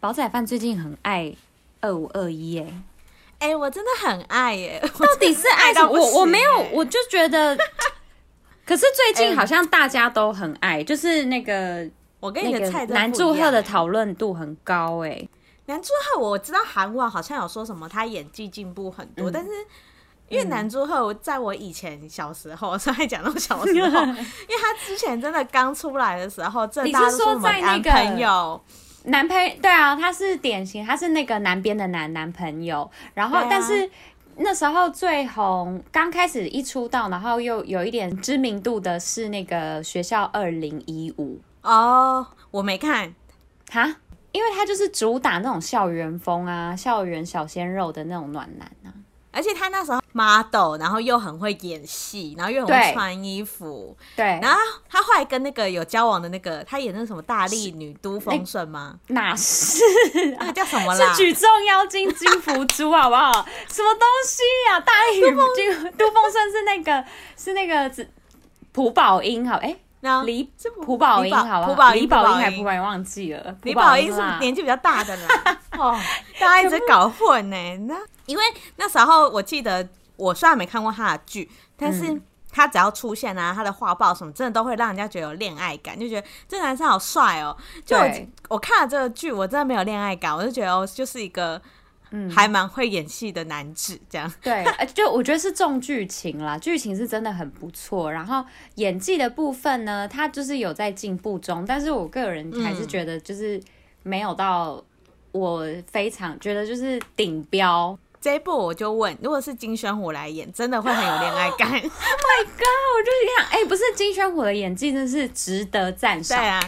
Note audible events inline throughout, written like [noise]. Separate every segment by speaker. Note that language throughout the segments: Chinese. Speaker 1: 煲仔饭最近很爱二五二一耶，
Speaker 2: 哎、我真的很爱耶、 [laughs]
Speaker 1: 到底是爱什
Speaker 2: 到
Speaker 1: 么？
Speaker 2: 不行
Speaker 1: 我我没有
Speaker 2: 欸，
Speaker 1: 我就觉 [laughs] 得，可是最近
Speaker 2: 哎
Speaker 1: 好像大家都很爱，就是那个
Speaker 2: 我跟哎你
Speaker 1: 那
Speaker 2: 的菜
Speaker 1: 个
Speaker 2: 真的
Speaker 1: 男
Speaker 2: 不
Speaker 1: 祝
Speaker 2: 一
Speaker 1: 贺
Speaker 2: 样
Speaker 1: 的
Speaker 2: 欸
Speaker 1: 讨论度很高哎，
Speaker 2: 男祝贺，我知道韩网好像有说什么他演技进步很多，
Speaker 1: 嗯
Speaker 2: 但是因为男祝贺，在我以前小时候， [laughs] 上才讲到
Speaker 1: [laughs]
Speaker 2: 小时候，因为他之前真的刚出来的时候，正
Speaker 1: 你是
Speaker 2: 大家都
Speaker 1: 说
Speaker 2: 我们
Speaker 1: 在那
Speaker 2: 男
Speaker 1: 个
Speaker 2: 朋友，
Speaker 1: 男朋对啊，他是典型，他是那个南边的男男朋友。然后，
Speaker 2: 对啊
Speaker 1: 但是那时候最红，刚开始一出道，然后又有一点知名度的是那个学校二零一五
Speaker 2: 哦，我没看，
Speaker 1: 哈，因为他就是主打那种校园风啊，校园小鲜肉的那种暖男啊。
Speaker 2: 而且他那时候 model，然后又很会演戏，然后又很
Speaker 1: 对
Speaker 2: 会穿衣服，
Speaker 1: 对，
Speaker 2: 然后他后来跟那个有交往的那个，他演那什么大力女都风顺吗？
Speaker 1: 哪是
Speaker 2: 那个叫什么啦
Speaker 1: 是？举重妖精金福珠，好 [laughs] 不好？什么东西呀、大力女金杜凤顺是那个是那个子朴宝英，好哎。
Speaker 2: 然后
Speaker 1: 李
Speaker 2: 是朴
Speaker 1: 朴宝英
Speaker 2: 啊李宝
Speaker 1: 好不好？
Speaker 2: 朴宝英
Speaker 1: 李宝
Speaker 2: 朴
Speaker 1: 英
Speaker 2: 宝英
Speaker 1: 还是朴宝英忘记了，
Speaker 2: 李
Speaker 1: 朴宝
Speaker 2: 宝
Speaker 1: 英
Speaker 2: 英是
Speaker 1: 啦
Speaker 2: 年纪比较大的啦，
Speaker 1: [laughs]
Speaker 2: 哦，大家一直搞混呢、那因为那时候我记得，我虽然没看过他的剧，但是
Speaker 1: 嗯
Speaker 2: 他只要出现啊，他的画报什么，真的都会让人家觉得有恋爱感，就觉得这男生好帅哦。就我
Speaker 1: 对
Speaker 2: 我看了这个剧，我真的没有恋爱感，我就觉得哦，就是一个
Speaker 1: 嗯
Speaker 2: 还蛮会演戏的男子这样。
Speaker 1: [laughs] 对，呃就我觉得是重剧情啦，剧情是真的很不错。然后演技的部分呢，他就是有在进步中，但是我个人还是觉得就是没有到我非常觉得就是顶标。
Speaker 2: 这一部我就问，如果是金宣虎来演，真的会很有恋爱感？
Speaker 1: 那我就是想，哎、不是金宣虎的演技真是值得赞
Speaker 2: [laughs] 对
Speaker 1: 赏。
Speaker 2: 啊，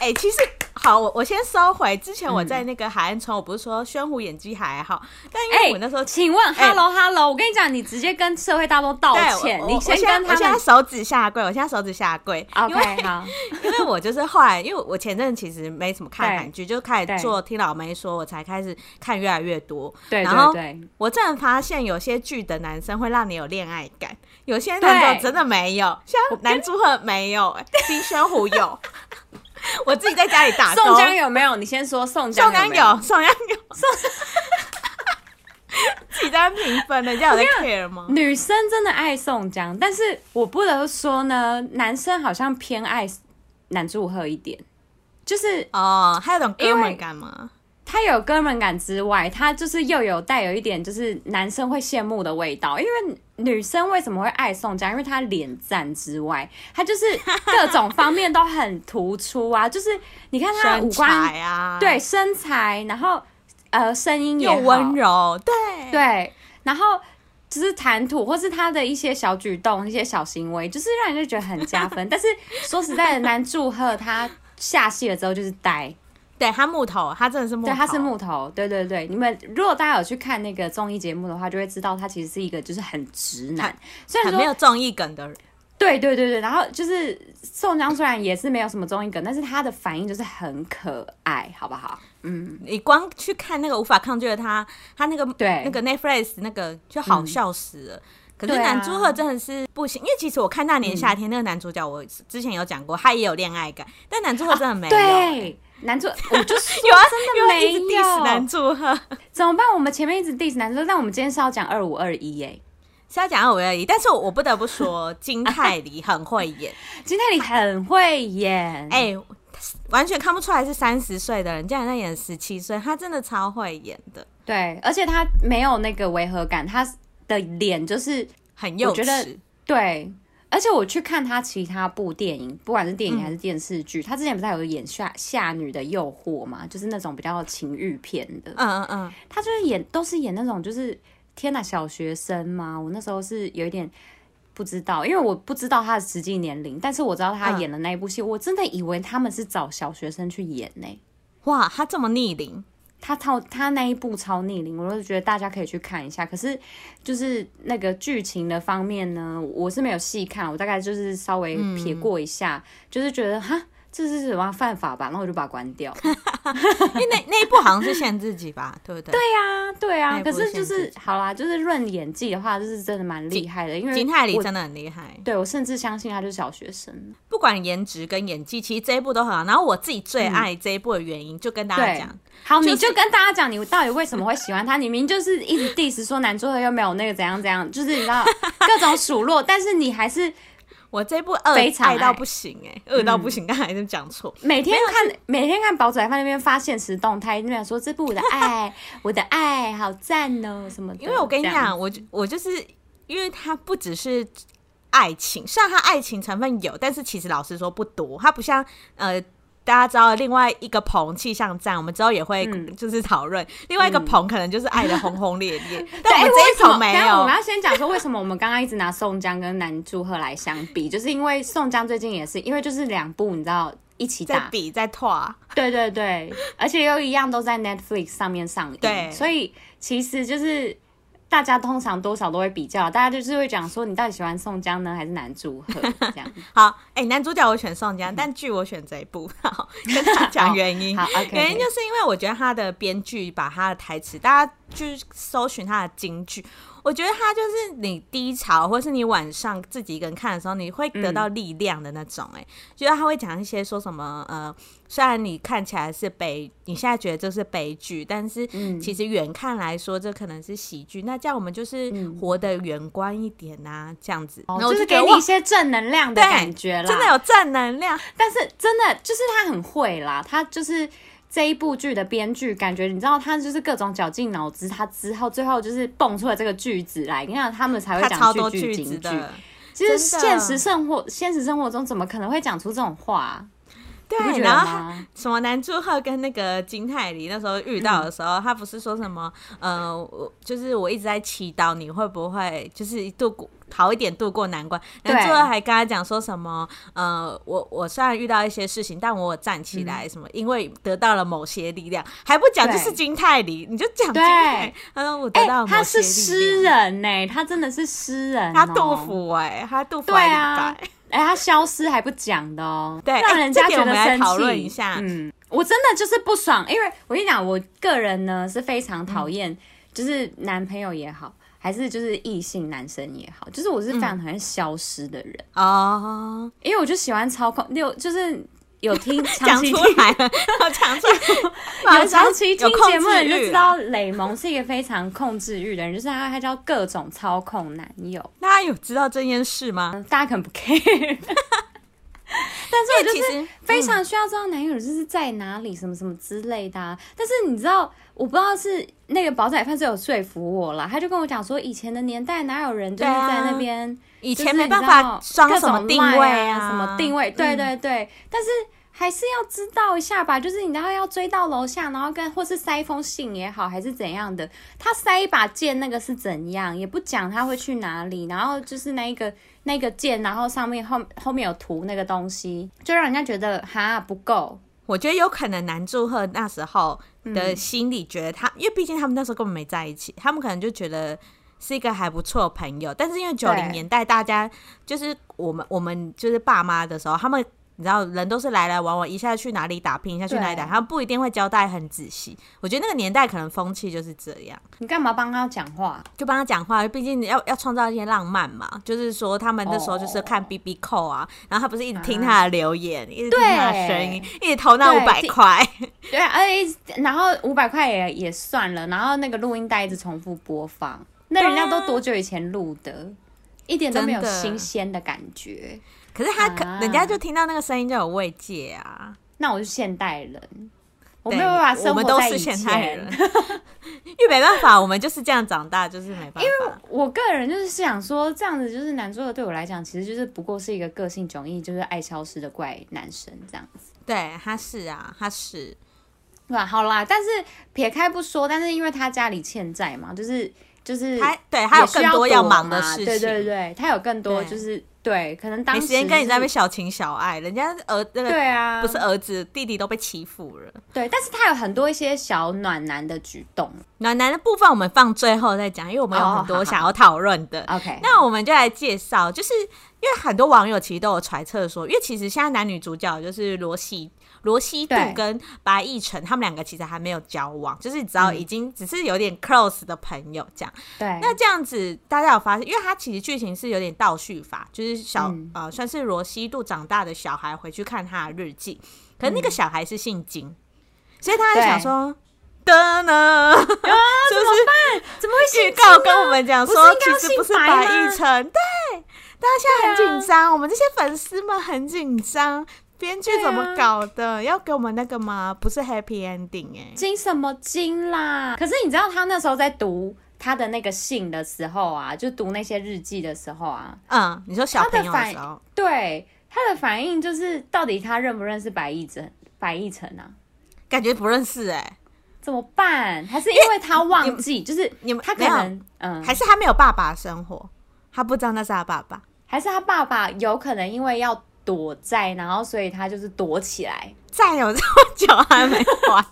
Speaker 2: 哎、其实好，我我先收回。之前
Speaker 1: 嗯
Speaker 2: 我在那个海岸村，我不是说宣虎演技还好，但因为我那时候、
Speaker 1: 请问
Speaker 2: 哎
Speaker 1: ，Hello Hello，我跟你讲，你直接跟社会大众道
Speaker 2: 对，
Speaker 1: 歉，
Speaker 2: 我我
Speaker 1: 你先
Speaker 2: 我现在
Speaker 1: 跟他
Speaker 2: 我现在
Speaker 1: 们。
Speaker 2: 手指下跪，我现在手指下跪因为 [laughs]
Speaker 1: OK，好，
Speaker 2: 因为我就是后来，因为我前阵子其实没什么看韩剧，就开
Speaker 1: 对
Speaker 2: 始做听老妹说，我才开始看越来越多。
Speaker 1: 对
Speaker 2: 然后
Speaker 1: 对对，
Speaker 2: 我真的发现有些剧的男生会让你有恋爱感，有些男
Speaker 1: 对
Speaker 2: 生真的没有，像男主赫没有， [laughs] 金宣虎有。 [laughs] 我自己在家里打工，
Speaker 1: 宋江有没有？你先说宋江
Speaker 2: 宋
Speaker 1: 有
Speaker 2: 江
Speaker 1: 没有
Speaker 2: 有，宋江有，宋 [laughs] 自己在那评分，人家有在 care 吗？
Speaker 1: 女生真的爱宋江，但是我不得不说呢，男生好像偏爱男祝贺一点，就是
Speaker 2: 哦，还有种哥
Speaker 1: 因为
Speaker 2: 们感吗？
Speaker 1: 他有哥们感之外，他就是又有带有一点就是男生会羡慕的味道。因为女生为什么会爱宋江？因为他脸赞之外，他就是各种方面都很突出啊，就是你看他的
Speaker 2: 身
Speaker 1: 五官，
Speaker 2: 材啊，
Speaker 1: 对，身材，然后呃声音也
Speaker 2: 又温
Speaker 1: 好
Speaker 2: 柔，对
Speaker 1: 对，然后就是谈吐，或是他的一些小举动、一些小行为，就是让人就觉得很加
Speaker 2: [laughs]
Speaker 1: 分。但是说实在的，男祝贺他下戏了之后就是呆，
Speaker 2: 对，他木头，他真的是木头，
Speaker 1: 对，他是木头，对对对。你们如果大家有去看那个综艺节目的话，就会知道他其实是一个就是很直男，虽然
Speaker 2: 很没
Speaker 1: 说
Speaker 2: 有综艺梗的人，
Speaker 1: 对对对对，然后就是宋江虽然也是没有什么综艺梗，但是他的反应就是很可爱，好不好？嗯，
Speaker 2: 你光去看那个无法抗拒的他，他那个
Speaker 1: 对
Speaker 2: 那个 Netflix 那个就好笑死了。可是
Speaker 1: 对啊
Speaker 2: 男主角真的是不行，因为其实我看那年夏天那个男主角，我之前有讲过，他也有恋爱感，但男主角真的没有、
Speaker 1: 啊对，男主我就说
Speaker 2: [laughs] 有啊，
Speaker 1: 真的
Speaker 2: 有啊一
Speaker 1: 没
Speaker 2: 直
Speaker 1: 有
Speaker 2: diss 男祝贺，
Speaker 1: 怎么办？我们前面一直 diss 男生，但我们今天是要讲二五二一耶。
Speaker 2: 是要讲二五二一，但是我不得不说，金泰梨很会
Speaker 1: [laughs]
Speaker 2: 演，
Speaker 1: 金泰梨很会演，
Speaker 2: 哎、完全看不出来是三十岁的人，竟然在演十七岁，她真的超会演的，
Speaker 1: 对，而且她没有那个违和感，她的脸就是
Speaker 2: 很幼
Speaker 1: 我觉
Speaker 2: 稚
Speaker 1: 得。对。而且我去看她其他部电影，不管是电影还是电视
Speaker 2: 嗯
Speaker 1: 剧，她之前不是还有演《夏夏女的诱惑》嘛，就是那种比较情欲片的，
Speaker 2: 嗯嗯嗯，
Speaker 1: 她就是演都是演那种就是天呐小学生嘛，我那时候是有一点不知道，因为我不知道她的实际年龄，但是我知道她
Speaker 2: 嗯
Speaker 1: 演的那一部戏，我真的以为他们是找小学生去演呢、
Speaker 2: 哇，她这么逆龄，
Speaker 1: 他超他那一部超逆龄，我就觉得大家可以去看一下。可是就是那个剧情的
Speaker 2: 嗯
Speaker 1: 方面呢，我是没有细看，我大概就是稍微瞥过一下，就是觉得哈，这是什么犯法吧？然后我就把它关
Speaker 2: [laughs]
Speaker 1: 掉。
Speaker 2: 因为那那一部好像是限制级吧，对不
Speaker 1: [laughs]
Speaker 2: 对？
Speaker 1: 对呀、啊对呀、
Speaker 2: 那也不
Speaker 1: 可
Speaker 2: 是
Speaker 1: 是就
Speaker 2: 限
Speaker 1: 是
Speaker 2: 制级
Speaker 1: 好啦，就是论演技的话，就是真的蛮厉害的，因为
Speaker 2: 金泰梨
Speaker 1: 我
Speaker 2: 真的很厉害，
Speaker 1: 对我甚至相信他就是小学生。
Speaker 2: 不管颜值跟演技，其实这一部都很好。然后我自己最爱这一部的原因，就跟大家
Speaker 1: 嗯对
Speaker 2: 讲，
Speaker 1: 好，
Speaker 2: 就是
Speaker 1: 你就跟大家讲，你到底为什么会喜欢他？你明明就是一直 diss 说男主角又没有那个怎样怎样，就是你知
Speaker 2: [laughs]
Speaker 1: 道各种数落，但是你还是
Speaker 2: 我这一部二
Speaker 1: 非常爱嗯
Speaker 2: 爱到不行哎、欸，恶到不行，刚才还是讲错。
Speaker 1: 每天看每天看宝仔饭那边发现实动态，那边说这部我的爱，我的爱好赞哦什么的。
Speaker 2: 因为我跟你
Speaker 1: 这样，
Speaker 2: 讲，我就我就是因为它不只是爱情，虽然它爱情成分有，但是其实老实说不多，它不像呃。大家知道另外一个棚气象站，我们之后也会
Speaker 1: 嗯
Speaker 2: [laughs] 就是讨论、另外一个棚，可能就是爱的轰轰烈
Speaker 1: [laughs]
Speaker 2: 烈，但我
Speaker 1: 哎
Speaker 2: 们
Speaker 1: 为
Speaker 2: 这一
Speaker 1: 什么
Speaker 2: 棚没
Speaker 1: 等一下我
Speaker 2: 有
Speaker 1: 们。要先讲说为什么我们刚刚一直拿宋江跟南柱赫来相比，就是因为宋江最近也是因为就是两部你知道一起
Speaker 2: 在
Speaker 1: 打，
Speaker 2: 比在拓，啊
Speaker 1: 对对对，而且又一样都在 Netflix 上面上映，
Speaker 2: 对
Speaker 1: 所以其实就是大家通常多少都会比较，大家就是会讲说你到底喜欢宋江呢还是南柱赫这样。
Speaker 2: 好，哎、男主角我选宋江，但剧我选这一部。好，跟大家讲原
Speaker 1: [laughs]
Speaker 2: 因。
Speaker 1: 好，OK，
Speaker 2: 原因就是因为我觉得他的编剧把他的台词，大家去搜寻他的金句，我觉得他就是你低潮或是你晚上自己一个人看的时候，你会
Speaker 1: 嗯
Speaker 2: 得到力量的那种、哎、就是他会讲一些说什么呃，虽然你看起来是悲，你现在觉得这是悲剧，但是
Speaker 1: 嗯
Speaker 2: 其实远看来说，这可能是喜剧。那这样我们就是活得远观一点呐、这样子。
Speaker 1: 嗯哦
Speaker 2: [laughs] 然，后
Speaker 1: 就
Speaker 2: 我
Speaker 1: 是
Speaker 2: 觉
Speaker 1: 给
Speaker 2: 得
Speaker 1: 你
Speaker 2: 哇
Speaker 1: 一些正能量的
Speaker 2: 对
Speaker 1: 感觉啦。
Speaker 2: 真的有正能量。
Speaker 1: 但是真的就是他很会啦，他就是这一部剧的编剧，感觉你知道他就是各种绞尽脑汁，他之后最后就是蹦出了这个句子来，你看他们才
Speaker 2: 他
Speaker 1: 会
Speaker 2: 超
Speaker 1: 讲
Speaker 2: 多
Speaker 1: 句句
Speaker 2: 句子
Speaker 1: 警句。
Speaker 2: 的，
Speaker 1: 其实
Speaker 2: 真的
Speaker 1: 现实生活现实生活中怎么可能会讲出这种话、啊？你不
Speaker 2: 对，
Speaker 1: 觉得
Speaker 2: 然后他
Speaker 1: 吗？
Speaker 2: 什么南柱赫跟那个金泰梨那时候遇到的时候，
Speaker 1: 嗯
Speaker 2: 他不是说什么呃，我就是我一直在祈祷你会不会就是度过好一点度过难关。
Speaker 1: 对
Speaker 2: 南柱赫还跟他讲说什么呃，我我虽然遇到一些事情，但我有站起来，什么、因为得到了某些力量，还不讲
Speaker 1: 嗯对
Speaker 2: 就是金泰梨，你就讲金
Speaker 1: 对
Speaker 2: 泰梨，他说我得
Speaker 1: 哎、
Speaker 2: 到了某
Speaker 1: 他
Speaker 2: 些
Speaker 1: 是
Speaker 2: 力
Speaker 1: 诗
Speaker 2: 量。
Speaker 1: 人呢、他真的是诗人、哦
Speaker 2: 他杜。甫哎、他杜甫
Speaker 1: 对
Speaker 2: 还李
Speaker 1: 啊
Speaker 2: 白，
Speaker 1: 哎、他消失还不讲的哦，
Speaker 2: 对
Speaker 1: 让
Speaker 2: 哎
Speaker 1: 人家
Speaker 2: 这点
Speaker 1: 觉
Speaker 2: 我
Speaker 1: 得
Speaker 2: 们来
Speaker 1: 生气。
Speaker 2: 讨论一下
Speaker 1: 嗯，我真的就是不爽，因为我跟你讲，我个人呢是非常讨厌，
Speaker 2: 嗯
Speaker 1: 就是男朋友也好，还是就是异性男生也好，就是我是非常讨厌消失的人，
Speaker 2: 嗯哦，
Speaker 1: 因为我就喜欢操控，六就是有
Speaker 2: [laughs]
Speaker 1: 听长
Speaker 2: 讲
Speaker 1: 期
Speaker 2: 出
Speaker 1: 听
Speaker 2: 来 [laughs] 了，讲出来，
Speaker 1: 有长期听
Speaker 2: [laughs] 有控
Speaker 1: 节目的人
Speaker 2: 制
Speaker 1: 就
Speaker 2: 欲
Speaker 1: 知
Speaker 2: 啊
Speaker 1: 道，雷蒙是一个非常控制欲的人，就是他他叫各种操控男友，
Speaker 2: 大家有知道这件事吗？
Speaker 1: 嗯大家可能不
Speaker 2: [laughs]
Speaker 1: care，但是我就
Speaker 2: 因为其
Speaker 1: 是
Speaker 2: 实嗯
Speaker 1: 非常需要知道男友就是在哪里，什么什么之类的、啊。但是你知道，我不知道是那个煲仔饭是有说服我啦，他就跟我讲说，以前的年代哪有人就是
Speaker 2: 对啊
Speaker 1: 在那边、
Speaker 2: 以
Speaker 1: 以
Speaker 2: 前没办法装什么定位嗯
Speaker 1: 啊，什么定位，对对对，但是。还是要知道一下吧，就是你然后要追到楼下，然后跟或是塞一封信也好，还是怎样的，他塞一把剑那个是怎样，也不讲他会去哪里，然后就是那一个那个剑，然后上面后后面有涂那个东西，就让人家觉得哈不够，
Speaker 2: 我觉得有可能南柱赫那时候的心里觉得他，因为毕竟他们那时候根本没在一起，他们可能就觉得是一个还不错的朋友。但是因为九零年代大家就是我们我们就是爸妈的时候，他们你知道人都是来来往往，一下去哪里打拼，一下去哪里打拼，
Speaker 1: 对
Speaker 2: 他们不一定会交代很仔细。我觉得那个年代可能风气就是这样。
Speaker 1: 你干嘛帮他讲话？
Speaker 2: 就帮他讲话，毕竟要要创造一些浪漫嘛。就是说，他们那时候就是看
Speaker 1: 哦
Speaker 2: B B 扣啊，然后他不是一直听他的留言，一直听
Speaker 1: 对
Speaker 2: 他的声音，一直投那
Speaker 1: 啊
Speaker 2: 五
Speaker 1: 对
Speaker 2: 百块。
Speaker 1: 对啊，哎，然后五百块也也算了，然后那个录音带一直重复播放，那人家都多久以前录的，一点都没有
Speaker 2: 啊真的
Speaker 1: 新鲜的感觉。
Speaker 2: 可是他可、
Speaker 1: 啊
Speaker 2: 人家就听到那个声音就有慰藉啊。
Speaker 1: 那我是现代人，我
Speaker 2: 我
Speaker 1: 没有办法生
Speaker 2: 我
Speaker 1: 活
Speaker 2: 们都
Speaker 1: 在
Speaker 2: 是
Speaker 1: 以前。
Speaker 2: 现代人， [laughs] 因为没办法，我们就是这样长大，就是没办法。
Speaker 1: [laughs] 我个人就是想说，这样子就是男主角对我来讲，其实就是不过是一个个性迥异，就是爱消失的怪男生这样子。
Speaker 2: 对，他是啊，他是
Speaker 1: 对吧？好啦，但是撇开不说，但是因为他家里欠债嘛，就是就是
Speaker 2: 他，对他有
Speaker 1: 也需
Speaker 2: 更多
Speaker 1: 要
Speaker 2: 忙
Speaker 1: 躲
Speaker 2: 的
Speaker 1: 嘛
Speaker 2: 事情。
Speaker 1: 对对对，他有更多
Speaker 2: 对
Speaker 1: 就是对对，可能当
Speaker 2: 没
Speaker 1: 时
Speaker 2: 时间跟你在那边
Speaker 1: 是
Speaker 2: 小情小爱，人家儿那个
Speaker 1: 对啊，
Speaker 2: 不是儿子弟弟都被欺负了。
Speaker 1: 对，但是他有很多一些小暖男的举动。
Speaker 2: 暖男的部分我们放最后再讲，因为我们有
Speaker 1: 哦
Speaker 2: 很多
Speaker 1: 好
Speaker 2: 想要讨论的。
Speaker 1: OK，
Speaker 2: 那我们就来介绍，就是因为很多网友其实都有揣测说，因为其实现在男女主角就是罗西。罗西度
Speaker 1: 对
Speaker 2: 跟白亦辰他们两个其实还没有交往，就是只
Speaker 1: 嗯
Speaker 2: 要已经只是有点 close 的朋友这样。
Speaker 1: 对，
Speaker 2: 那这样子大家有发现，因为它其实剧情是有点倒叙法，就是小、
Speaker 1: 嗯
Speaker 2: 呃算是罗西度长大的小孩回去看他的日记，可是那
Speaker 1: 嗯
Speaker 2: 个小孩是姓金，所以他就想说，的呢， [laughs] 是不是
Speaker 1: 怎么会姓啊
Speaker 2: 预告跟我们讲
Speaker 1: 不是
Speaker 2: 说，
Speaker 1: 应
Speaker 2: 其
Speaker 1: 该要
Speaker 2: 实不是
Speaker 1: 姓白吗
Speaker 2: 白亦辰，对，大家现在很紧张，我们这些粉丝们很紧张，编剧
Speaker 1: 对啊
Speaker 2: 怎么搞的？要给我们那个吗？不是 happy ending 哎、
Speaker 1: 金什么金啦？可是你知道他那时候在读他的那个信的时候啊，就读那些日记的时候啊，
Speaker 2: 嗯，你说小朋友的时
Speaker 1: 他
Speaker 2: 候，
Speaker 1: 对他的反应就是到底他认不认识白亦辰？白亦辰啊？
Speaker 2: 感觉不认识哎、
Speaker 1: 怎么办？还是因为他忘记，就是
Speaker 2: 你们
Speaker 1: 他可
Speaker 2: 没有
Speaker 1: 能嗯，
Speaker 2: 还是他没有爸爸的生活，他不知道那是他爸爸。
Speaker 1: 还是他爸爸有可能因为要躲债，然后所以他就是躲起来。
Speaker 2: 战有这么久还没还，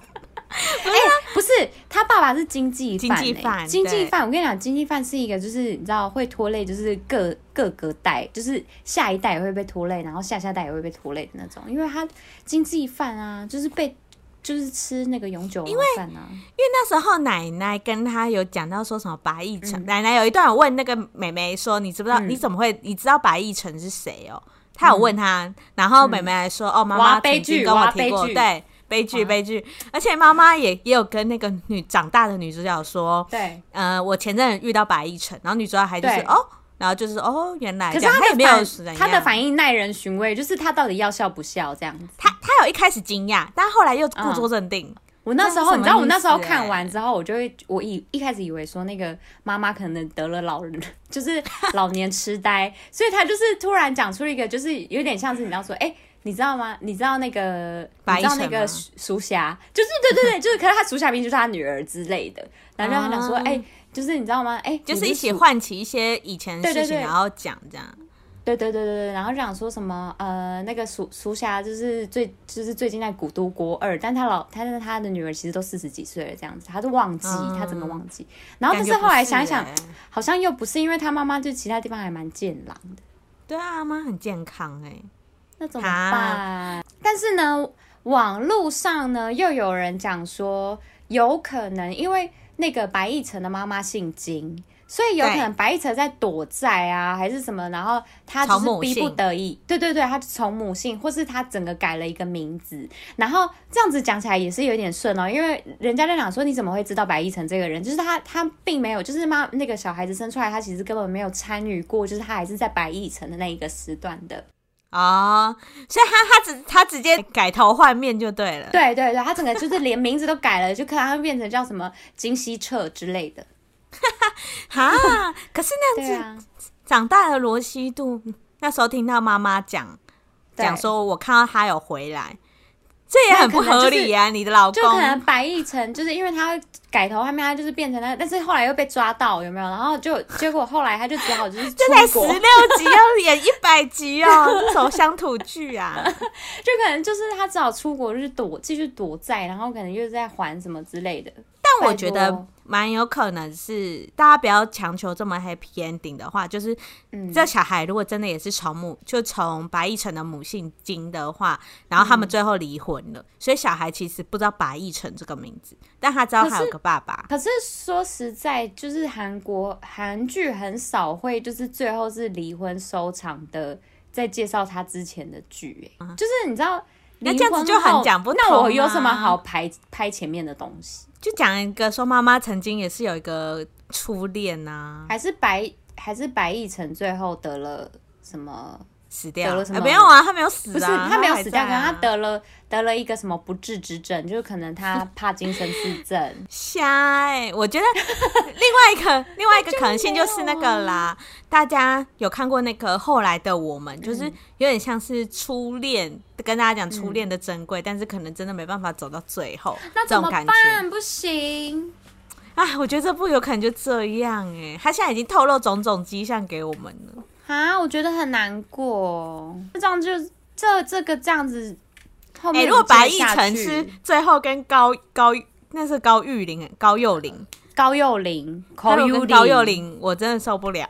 Speaker 1: 不是，他爸爸是经济犯、欸，
Speaker 2: 啊经济犯
Speaker 1: 经济
Speaker 2: 对
Speaker 1: 犯。我跟你讲，经济犯是一个，就是你知道会拖累，就是各各个代，就是下一代也会被拖累，然后下下代也会被拖累的那种，因为他经济犯啊，就是被就是吃那个永久牢饭啊，
Speaker 2: 因为那时候奶奶跟他有讲到说什么白亦辰，奶奶有一段有问那个妹妹说，你知不知道、
Speaker 1: 嗯
Speaker 2: 你怎么会你知道白亦辰是谁哦？她有问她，然后妹妹还说、哦，妈妈
Speaker 1: 嗯哇悲
Speaker 2: 曾经
Speaker 1: 剧
Speaker 2: 跟我
Speaker 1: 哇
Speaker 2: 提过，
Speaker 1: 悲剧
Speaker 2: 对，悲剧
Speaker 1: 哇
Speaker 2: 悲剧，而且妈妈也也有跟那个女长大的女主角说，
Speaker 1: 对。
Speaker 2: 呃，我前阵遇到白亦辰，然后女主角还就是
Speaker 1: 对
Speaker 2: 哦，然后就是哦，原来
Speaker 1: 可
Speaker 2: 这
Speaker 1: 是
Speaker 2: 样，
Speaker 1: 他
Speaker 2: 她也
Speaker 1: 的
Speaker 2: 没有
Speaker 1: 反他的
Speaker 2: 应，
Speaker 1: 反应耐人寻味，就是他到底要笑不笑这样子。
Speaker 2: 她她有一开始惊讶，但后来又
Speaker 1: 嗯
Speaker 2: 故作镇定。
Speaker 1: 我那时候，
Speaker 2: 这是什么
Speaker 1: 你知道，我那时候
Speaker 2: 意思欸
Speaker 1: 看完之后，我就会，我以一开始以为说那个妈妈可能得了老人， [laughs] 就是老年痴呆，所以她就是突然讲出一个，就是有点像是你要说，哎、你知道吗？你知道那个，你
Speaker 2: 白
Speaker 1: 知
Speaker 2: 衣神
Speaker 1: 道
Speaker 2: 吗
Speaker 1: 那个鼠鼠侠，就是对对对，就是，可是他鼠侠明明就是他女儿之类的，然后让他讲说，
Speaker 2: 啊
Speaker 1: 哎、就是你知道吗？哎、
Speaker 2: 就
Speaker 1: 你
Speaker 2: 是一起
Speaker 1: 鼠
Speaker 2: 唤起一些以前的事
Speaker 1: 对对
Speaker 2: 情，
Speaker 1: 对
Speaker 2: 然后讲这样。
Speaker 1: 对对对对对，然后讲说什么呃，那个鼠鼠侠就是最就是最近在古都国二，但他老但是他的女儿其实都四十几岁了这样子，他就忘记，
Speaker 2: 嗯
Speaker 1: 他整个忘记。然后但
Speaker 2: 感
Speaker 1: 是
Speaker 2: 觉不
Speaker 1: 后来想一想，
Speaker 2: 欸
Speaker 1: 好像又不是，因为他妈妈就其他地方还蛮健朗的，
Speaker 2: 对啊，妈很健康哎、
Speaker 1: 那怎么
Speaker 2: 啊
Speaker 1: 办？但是呢，网络上呢又有人讲说，有可能因为那个白亦辰的妈妈姓金。所以有可
Speaker 2: 对
Speaker 1: 能白亦辰在躲债啊，还是什么，然后他就
Speaker 2: 从母
Speaker 1: 是逼不
Speaker 2: 姓
Speaker 1: 得已，对对对，他从母姓，或是他整个改了一个名字，然后这样子讲起来也是有点顺哦，因为人家在讲说你怎么会知道白亦辰这个人，就是他他并没有，就是妈那个小孩子生出来，他其实根本没有参与过，就是他还是在白亦辰的那一个时段的，
Speaker 2: 哦，所以他他直他直接改头换面就对了。
Speaker 1: 对对对，他整个就是连名字都改了，就可能他会变成叫什么金希澈之类的，
Speaker 2: 哈，可是那
Speaker 1: 对
Speaker 2: 样子、
Speaker 1: 啊，
Speaker 2: 长大的罗西度那时候听到妈妈讲
Speaker 1: 对
Speaker 2: 讲说，我看到他有回来，这也很不合理啊！你的老
Speaker 1: 就可能
Speaker 2: 公
Speaker 1: 白亦辰，就是因为他改头换面，他就是变成那个，但是后来又被抓到，有没有？然后就 [laughs] 结果后来他就只好就是出
Speaker 2: [laughs] 这才十
Speaker 1: 国，
Speaker 2: 六集要演一百集哦，这什么乡土剧啊？
Speaker 1: 就可能就是他只好出国，就是躲继续躲债，然后可能又在还什么之类的。
Speaker 2: 但我
Speaker 1: 拜
Speaker 2: 觉
Speaker 1: 托
Speaker 2: 得蛮有可能是大家不要强求这么 happy ending 的话，就是
Speaker 1: 嗯，
Speaker 2: 这小孩如果真的也是从母，就从白亦辰的母姓金的话，然后他
Speaker 1: 嗯
Speaker 2: 们最后离婚了，所以小孩其实不知道白亦辰这个名字，但他知道他有个爸爸。
Speaker 1: 可是说实在，就是韩国韩剧很少会就是最后是离婚收场的，在介绍他之前的剧、欸，就是你知道。
Speaker 2: 啊那
Speaker 1: 离
Speaker 2: 这样子
Speaker 1: 婚
Speaker 2: 就很
Speaker 1: 后
Speaker 2: 讲不
Speaker 1: 那我
Speaker 2: 通
Speaker 1: 有什么
Speaker 2: 啊
Speaker 1: 好排拍前面的东西？
Speaker 2: 就讲一个说妈妈曾经也是有一个初恋呐、啊，
Speaker 1: 还是白还是白亦辰最后得了什么？
Speaker 2: 死掉
Speaker 1: 得
Speaker 2: 了、
Speaker 1: 了什么
Speaker 2: 哎没有啊，他没有死、啊，
Speaker 1: 不是他没有
Speaker 2: 还
Speaker 1: 死掉，可
Speaker 2: 在
Speaker 1: 能他
Speaker 2: 啊
Speaker 1: 得了得了一个什么不治之症，就是可能他帕金森氏症。
Speaker 2: 瞎哎、
Speaker 1: [laughs]
Speaker 2: 我觉得另外一个另外一
Speaker 1: 哦
Speaker 2: 个可能性就是那个啦，大家有看过那个后来的我
Speaker 1: 嗯
Speaker 2: 们，就是有点像是初恋，跟大家讲初恋的珍贵，但是可能真的没办法走到最后，
Speaker 1: 嗯那
Speaker 2: [laughs] 这
Speaker 1: 怎
Speaker 2: 种
Speaker 1: 么
Speaker 2: 感觉。啊
Speaker 1: 办？不行，
Speaker 2: 欸哎，我觉得这部有可能就这样哎、他现在已经透露种种迹象给我们了，
Speaker 1: 啊，我觉得很难过。哦这样就这这个这样子，后
Speaker 2: 哎、
Speaker 1: 面
Speaker 2: 如果
Speaker 1: 接
Speaker 2: 白亦
Speaker 1: 下
Speaker 2: 辰
Speaker 1: 去
Speaker 2: 是最后跟高高那是高玉林高幼林，
Speaker 1: 高幼霖，
Speaker 2: 他
Speaker 1: 高幼
Speaker 2: 如果跟
Speaker 1: 霖，
Speaker 2: 高幼林，我真的受不了，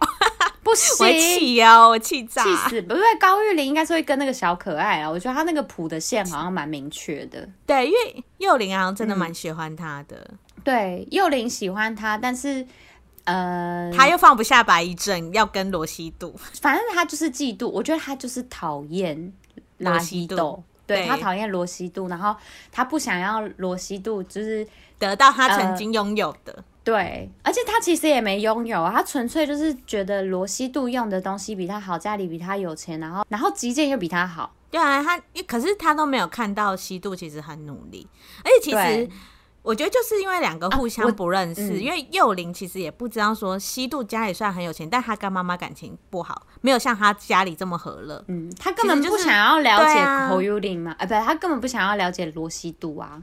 Speaker 1: 不
Speaker 2: 我
Speaker 1: 行，
Speaker 2: 会
Speaker 1: 气
Speaker 2: 气哦，我气炸。
Speaker 1: 死！不对，高玉林应该是会跟那个小可爱啊。我觉得他那个谱的线好像蛮明确的。
Speaker 2: 对，因为幼林好像
Speaker 1: 嗯
Speaker 2: 真的蛮喜欢他的，
Speaker 1: 对，幼林喜欢他，但是呃，
Speaker 2: 他又放不下白一正，要跟罗西度。
Speaker 1: 反正他就是嫉妒，我觉得他就是讨厌拉西
Speaker 2: 罗西
Speaker 1: 豆
Speaker 2: 度，
Speaker 1: 对
Speaker 2: 对
Speaker 1: 他讨厌罗西度，然后他不想要罗西度，就是
Speaker 2: 得到他曾
Speaker 1: 呃
Speaker 2: 经拥有的。
Speaker 1: 对，而且他其实也没拥有啊，他纯粹就是觉得罗西度用的东西比他好，家里比他有钱，然后然后击剑又比他好，
Speaker 2: 对啊，他可是他都没有看到西渡其实很努力，而且其实
Speaker 1: 对
Speaker 2: 我觉得就是因为两个互
Speaker 1: 啊我
Speaker 2: 相不认识，
Speaker 1: 嗯
Speaker 2: 因为幼林其实也不知道说西渡家里虽然很有钱，但他跟妈妈感情不好，没有像他家里这么和乐。
Speaker 1: 嗯，他根本
Speaker 2: 其实
Speaker 1: 不
Speaker 2: 就是
Speaker 1: 想要了
Speaker 2: 对
Speaker 1: 解
Speaker 2: 啊
Speaker 1: 侯幽灵嘛，啊，不，他根本不想要了解罗西度啊，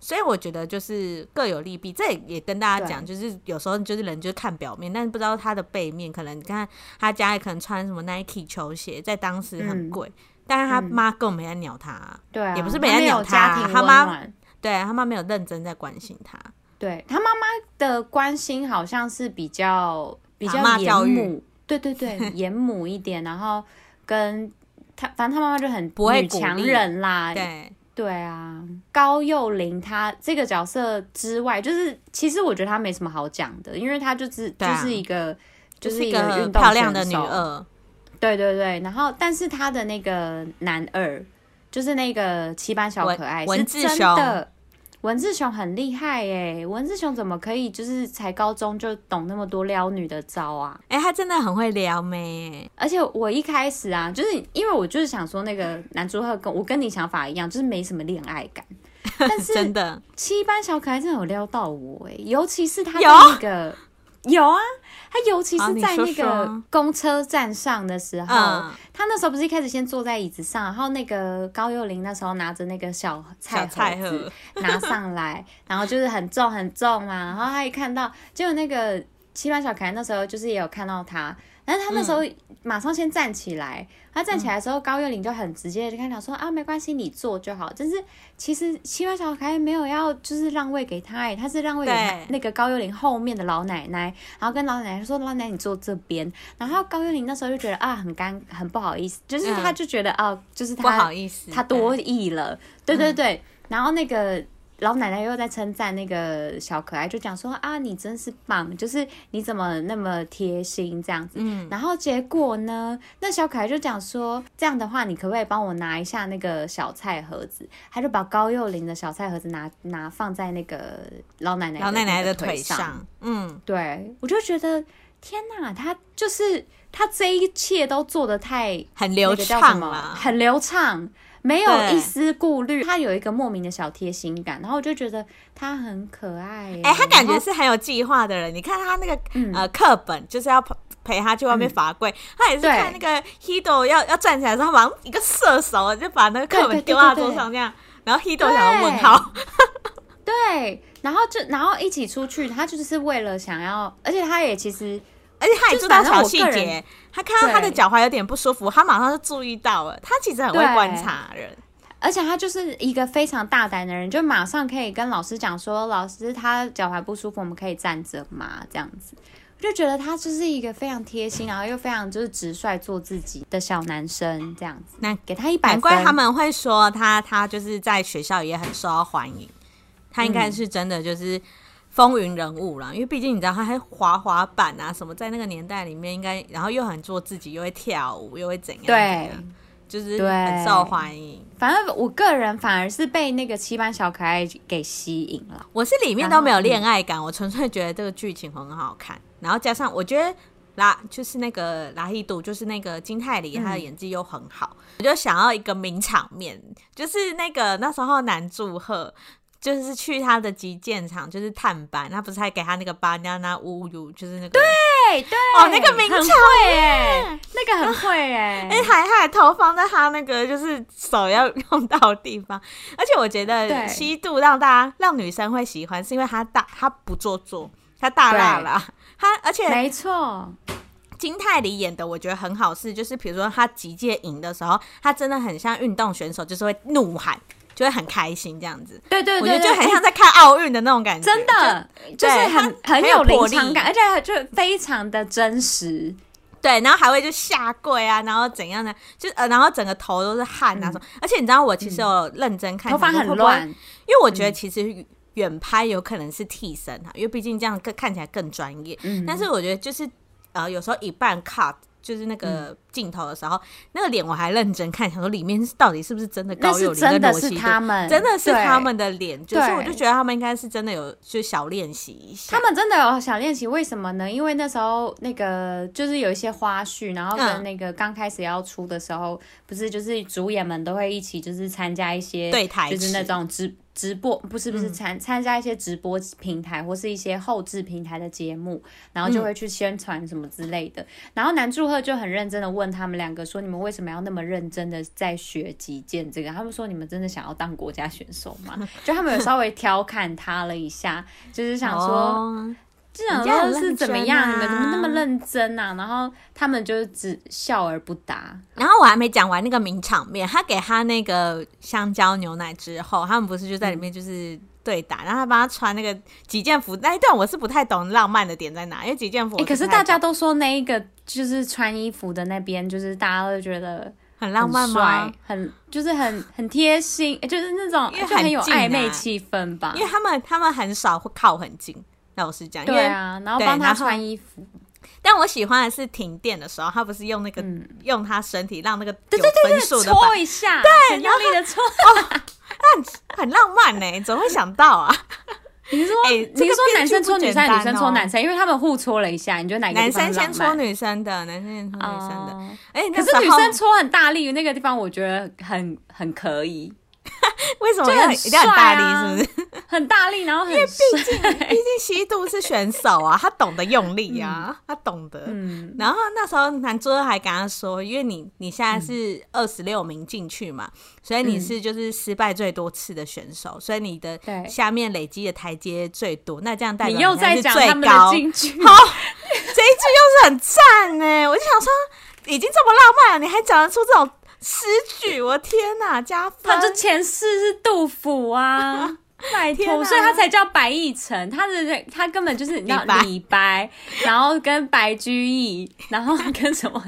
Speaker 2: 所以我觉得就是各有利弊，这也也跟大家
Speaker 1: 对
Speaker 2: 讲，就是有时候就是人就是看表面，但是不知道他的背面。可能你看他家里可能穿什么 Nike 球鞋，在当时很
Speaker 1: 嗯
Speaker 2: 贵，但是他妈根本没在鸟他、
Speaker 1: 对啊，
Speaker 2: 也不是
Speaker 1: 他
Speaker 2: 没人
Speaker 1: 没
Speaker 2: 鸟
Speaker 1: 有
Speaker 2: 他
Speaker 1: 家
Speaker 2: 啊
Speaker 1: 庭
Speaker 2: 他
Speaker 1: 温
Speaker 2: 妈
Speaker 1: 暖。
Speaker 2: 对他妈没有认真在关心他。
Speaker 1: 对他妈妈的关心好像是比较比较
Speaker 2: 打骂
Speaker 1: 严
Speaker 2: 教育
Speaker 1: 母，对对对， [laughs] 严母一点，然后跟他，反正他妈妈就很
Speaker 2: 不会
Speaker 1: 女
Speaker 2: 鼓
Speaker 1: 强
Speaker 2: 励
Speaker 1: 人啦，
Speaker 2: 对，
Speaker 1: 对啊。高幼霖她这个角色之外，就是其实我觉得她没什么好讲的，因为她就是、
Speaker 2: 对啊
Speaker 1: 就是一个就
Speaker 2: 就是是
Speaker 1: 一
Speaker 2: 一
Speaker 1: 个
Speaker 2: 个
Speaker 1: 运动
Speaker 2: 漂亮的
Speaker 1: 选
Speaker 2: 女
Speaker 1: 手，
Speaker 2: 二，
Speaker 1: 对对对。然后但是她的那个男二，就是那个七班小
Speaker 2: 文
Speaker 1: 可爱，
Speaker 2: 文
Speaker 1: 是
Speaker 2: 志
Speaker 1: 真
Speaker 2: 雄
Speaker 1: 的。文志雄很厉害耶、文志雄怎么可以就是才高中就懂那么多撩女的招啊？
Speaker 2: 哎、她真的很会撩妹。
Speaker 1: 而且我一开始啊，就是因为我就是想说那个男主角跟我跟你想法一样，就是没什么恋爱感。但是
Speaker 2: 真的，
Speaker 1: 七班小可爱真的有撩到我哎、尤其是他在
Speaker 2: 有
Speaker 1: 那
Speaker 2: [laughs]
Speaker 1: 个有啊，他尤其
Speaker 2: 好
Speaker 1: 是
Speaker 2: 你
Speaker 1: 在
Speaker 2: 说
Speaker 1: 那个
Speaker 2: 说
Speaker 1: 公车站上的时候，
Speaker 2: 嗯，
Speaker 1: 他那时候不是一开始先坐在椅子上，然后那个高幼霖那时候拿着那个小
Speaker 2: 小
Speaker 1: 菜
Speaker 2: 菜
Speaker 1: 盒子
Speaker 2: 盒，
Speaker 1: 拿上来，然后就是很重很重嘛，然后他一看到，结果那个七班小可爱那时候就是也有看到他，但是他那时候
Speaker 2: 嗯
Speaker 1: 马上先站起来，他站起来的时候，高幼霖就很直接的就跟他讲说
Speaker 2: 嗯
Speaker 1: 啊，没关系，你坐就好。但是其实七班小可爱没有要就是让位给他、欸，他是让位给他
Speaker 2: 对
Speaker 1: 那个高幼霖后面的老奶奶，然后跟老奶奶说，老奶奶你坐这边。然后高幼霖那时候就觉得啊，很尴很不好意思，就是
Speaker 2: 嗯
Speaker 1: 他就觉得、啊，就是他
Speaker 2: 不好意思，
Speaker 1: 他多疑了，对
Speaker 2: 嗯
Speaker 1: 对对。然后那个老奶奶又在称赞那个小可爱，就讲说啊，你真是棒，就是你怎么那么贴心这样子。
Speaker 2: 嗯
Speaker 1: 然后结果呢，那小可爱就讲说，这样的话，你可不可以帮我拿一下那个小菜盒子？他就把高幼霖的小菜盒子拿拿放在那个老奶奶
Speaker 2: 老奶奶
Speaker 1: 的
Speaker 2: 的
Speaker 1: 那个
Speaker 2: 腿
Speaker 1: 上。
Speaker 2: 上，嗯，
Speaker 1: 对，我就觉得天哪，他就是他这一切都做的太
Speaker 2: 很
Speaker 1: 那
Speaker 2: 流
Speaker 1: 个叫什
Speaker 2: 畅
Speaker 1: 么
Speaker 2: 啦。
Speaker 1: 很流畅，没有
Speaker 2: 对
Speaker 1: 一丝顾虑。他有一个莫名的小贴心感，然后我就觉得他很可爱耶、
Speaker 2: 哎、他感觉
Speaker 1: 嗯然后
Speaker 2: 是很有计划的人。你看他那个、
Speaker 1: 嗯
Speaker 2: 呃课本，就是要陪陪他去外面罚跪。他也是
Speaker 1: 对
Speaker 2: 看那个 Hido 要要站起来的时候，他马上一个射手就把那个课
Speaker 1: 对对
Speaker 2: 本
Speaker 1: 对
Speaker 2: 丢到他
Speaker 1: 对对
Speaker 2: 桌上这样。然后 Hido 想要问号，
Speaker 1: 对，然后就然后一起出去，他就是为了想要，而且他也其实
Speaker 2: 而且他也
Speaker 1: 就是
Speaker 2: 注意到
Speaker 1: 反正
Speaker 2: 小
Speaker 1: 我
Speaker 2: 细
Speaker 1: 个人
Speaker 2: 节。他看到他的
Speaker 1: 对
Speaker 2: 脚踝有点不舒服，他马上就注意到了。他其实很会
Speaker 1: 对
Speaker 2: 观察人。
Speaker 1: 而且他就是一个非常大胆的人，就马上可以跟老师讲说，老师他脚踝不舒服，我们可以站着嘛，这样子。我就觉得他就是一个非常贴心，然后又非常就是直率做自己的小男生这样子，
Speaker 2: 难
Speaker 1: 给他一百分。
Speaker 2: 难怪他们会说他，他就是在学校也很受到欢迎。他应该是真的就是风云人物啦，因为毕竟你知道他还滑滑板啊什么，在那个年代里面应该，然后又很做自己，又会跳舞，又会怎样？
Speaker 1: 对，
Speaker 2: 就是
Speaker 1: 对
Speaker 2: 很受欢迎。
Speaker 1: 反正我个人反而是被那个七班小可爱给吸引了。
Speaker 2: 我是里面都没有恋爱感，我纯粹觉得这个剧情很好看，然后加上我觉得。拉就是那个拉希度，就是那个金泰梨，她的演技又很好，我就想要一个名场面，就是那个那时候男祝贺，就是去他的击剑场，就是探班，他不是还给他那个巴娜娜乌鲁，就是那个对
Speaker 1: 对对，
Speaker 2: 哦那个名
Speaker 1: 很
Speaker 2: 场
Speaker 1: 会耶，那个很会耶
Speaker 2: 哎、。还还投放在他那个就是手要用到的地方，而且我觉
Speaker 1: 对
Speaker 2: 得西度让大家让女生会喜欢，是因为他大他不做作，他大辣辣，他而且
Speaker 1: 没错，
Speaker 2: 金泰梨演的我觉得很好是，就是比如说他集界赢的时候，他真的很像运动选手，就是会怒喊，就会很开心这样子。
Speaker 1: 对对
Speaker 2: 我
Speaker 1: 对
Speaker 2: 觉得就
Speaker 1: 对，
Speaker 2: 很像在看奥运的那种感觉，
Speaker 1: 真的就
Speaker 2: 对
Speaker 1: 是
Speaker 2: 他
Speaker 1: 很很
Speaker 2: 很
Speaker 1: 有
Speaker 2: 有魄
Speaker 1: 临
Speaker 2: 力
Speaker 1: 场感，而且就非常的真实。
Speaker 2: 对，然后还会就下跪啊，然后怎样呢？就呃，然后整个头都是汗啊什么。而且你知道，我其实有认真看，
Speaker 1: 嗯头发
Speaker 2: 想说
Speaker 1: 很
Speaker 2: 会不会，
Speaker 1: 乱，
Speaker 2: 因为我
Speaker 1: 嗯
Speaker 2: 觉得其实远拍有可能是替身啊，因为毕竟这样更看起来更专业。
Speaker 1: 嗯
Speaker 2: 但是我觉得就是呃，有时候一半 cut 就是那
Speaker 1: 嗯
Speaker 2: 个镜头的时候，那个脸我还认真看，想说里面到底是不是真的
Speaker 1: 那
Speaker 2: 高
Speaker 1: 是
Speaker 2: 幼霖
Speaker 1: 真
Speaker 2: 跟
Speaker 1: 的
Speaker 2: 罗
Speaker 1: 是
Speaker 2: 西度
Speaker 1: 他们，
Speaker 2: 真的是
Speaker 1: 对
Speaker 2: 他。们的脸，就是
Speaker 1: 对
Speaker 2: 我就觉得他们应该是真的有就小练习一下
Speaker 1: 他。们真的有想练习，为什么呢？因为那时候那个就是有一些花絮，然后跟
Speaker 2: 嗯
Speaker 1: 那个刚开始要出的时候，不是就是主演们都会一起就是参加一些
Speaker 2: 对台
Speaker 1: 就是那
Speaker 2: 词
Speaker 1: 种直直播，不是不是参参加一些直播平台或是一些后置平台的节目，然后就会去宣传什么之类的。然后南柱赫就很认真的问他们两个说：“你们为什么要那么认真的在学击剑这个？”他们说：“你们真的想要当国家选手吗？” [laughs] 就他们有稍微调侃他了一下，就是想说。
Speaker 2: 哦
Speaker 1: 这想
Speaker 2: 人家很
Speaker 1: 说是
Speaker 2: 认
Speaker 1: 怎么
Speaker 2: 真
Speaker 1: 样？
Speaker 2: 啊
Speaker 1: 你们怎么那么认真啊？然后他们就只笑而不答。
Speaker 2: 然后我还没讲完那个名场面，他给他那个香蕉牛奶之后，他们不是就在里面就是对打，然后他帮他穿那个极剑服那一段，我是不太懂浪漫的点在哪，因为极剑服我
Speaker 1: 哎、可是
Speaker 2: 不
Speaker 1: 大
Speaker 2: 太懂
Speaker 1: 家都说那一个就是穿衣服的那边，就是大家都觉得
Speaker 2: 很
Speaker 1: 很
Speaker 2: 浪漫
Speaker 1: 帅？
Speaker 2: 吗
Speaker 1: 很就是很很贴心，诶就是那种
Speaker 2: 因为
Speaker 1: 就很有
Speaker 2: 很近啊
Speaker 1: 暧昧气氛吧
Speaker 2: 因。为他们他们很少会靠很近，老实讲，因
Speaker 1: 对
Speaker 2: 为、
Speaker 1: 啊，然后
Speaker 2: 对
Speaker 1: 帮他
Speaker 2: 然后
Speaker 1: 穿衣服，
Speaker 2: 但我喜欢的是停电的时候，他不是用那个、
Speaker 1: 嗯
Speaker 2: 用他身体让那个有分数的板
Speaker 1: 搓一下，对，很用力的搓。
Speaker 2: 很浪漫呢、怎么会想到
Speaker 1: [laughs]
Speaker 2: 啊？
Speaker 1: 你
Speaker 2: [laughs]
Speaker 1: 说，
Speaker 2: 哎这
Speaker 1: 你
Speaker 2: 个
Speaker 1: 说男生搓女生，
Speaker 2: 编剧不简单
Speaker 1: 女生搓
Speaker 2: 哦
Speaker 1: 男生，因为他们互搓了一下，你觉得哪个地
Speaker 2: 男
Speaker 1: 方
Speaker 2: 生先
Speaker 1: 浪
Speaker 2: 戳
Speaker 1: 漫
Speaker 2: 女生的，男生先戳女生的，
Speaker 1: 哦
Speaker 2: 哎、
Speaker 1: 可
Speaker 2: 那时
Speaker 1: 是
Speaker 2: 候
Speaker 1: 女生搓很大力，那个地方我觉得很很可以，
Speaker 2: 为什么
Speaker 1: 就
Speaker 2: 要
Speaker 1: 很
Speaker 2: 一定要很大
Speaker 1: 帅啊
Speaker 2: 力？是不是？
Speaker 1: 很大力，然后很帅。
Speaker 2: 毕竟西渡是选手啊， [laughs] 他懂得用力啊，他懂得。
Speaker 1: 嗯，
Speaker 2: 然后那时候男桌还跟他说，因为你你现在
Speaker 1: 嗯
Speaker 2: 是二十六名进去嘛，所以你是就是失败最多次的选手，所以你的
Speaker 1: 对
Speaker 2: 下面累积的台阶最多，那这样代表
Speaker 1: 你又
Speaker 2: 现在
Speaker 1: 在
Speaker 2: 是
Speaker 1: 讲
Speaker 2: 最
Speaker 1: 他们
Speaker 2: 高
Speaker 1: 的进去，
Speaker 2: 好，这一句又是很赞呢，我就想说，已经这么浪漫了，你还讲得出这种诗句，我的天哪，加分！
Speaker 1: 他就前世是杜甫 [laughs] 啊，拜
Speaker 2: 天
Speaker 1: 托，
Speaker 2: 啊
Speaker 1: 所以他才叫白亦辰，他的他根本就是你知道
Speaker 2: 李白
Speaker 1: 李白，然后跟白居易， [laughs] 然后跟什么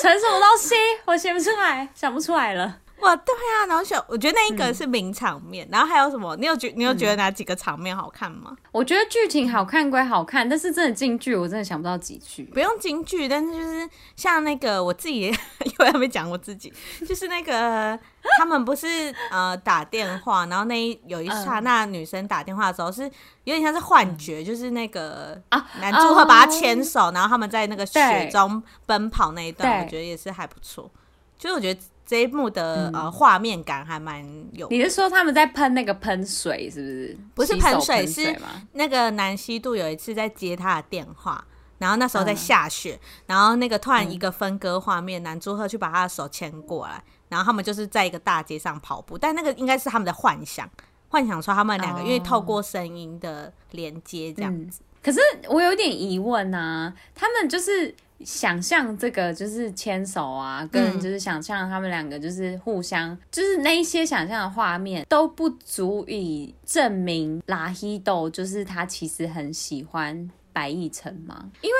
Speaker 1: 陈什么东西，我写不出来，想不出来了。
Speaker 2: 哇，对啊，然后小，我觉得那一
Speaker 1: 嗯
Speaker 2: 个是名场面，然后还有什么？你有觉你有觉得哪几个场面好看吗？
Speaker 1: 我觉得剧情好看归好看，但是真的进剧我真的想不到几句。
Speaker 2: 不用京剧，但是就是像那个我自己 [laughs] 又要没讲我自己，就是那个 [laughs] 他们不是呃打电话，然后那一有一刹
Speaker 1: 嗯
Speaker 2: 那女生打电话的时候是有点像是幻觉，就是那个
Speaker 1: 啊哦
Speaker 2: 男主会把她牵手，然后他们在那个雪
Speaker 1: 对
Speaker 2: 中奔跑那一段，
Speaker 1: 对
Speaker 2: 我觉得也是还不错。就是我觉得这一幕的、
Speaker 1: 嗯
Speaker 2: 呃画面感还蛮有
Speaker 1: 你是说他们在喷那个喷水是不是？
Speaker 2: 不
Speaker 1: 洗
Speaker 2: 是
Speaker 1: 手
Speaker 2: 喷
Speaker 1: 喷
Speaker 2: 水是
Speaker 1: 吗？
Speaker 2: 那个南希度有一次在接他的电话，然后那时候
Speaker 1: 嗯
Speaker 2: 在下雪，然后那个突然一个分割画面，男朱赫去把他的手牵过来，然后他们就是在一个大街上跑步，但那个应该是他们的幻想，幻想说他们两个、
Speaker 1: 哦
Speaker 2: 因为透过声音的连接这样。
Speaker 1: 嗯可是我有点疑问啊，他们就是想象这个就是牵手啊，跟
Speaker 2: 嗯
Speaker 1: 就是想象他们两个就是互相，就是那一些想象的画面都不足以证明拉希豆就是他其实很喜欢白亦辰吗？因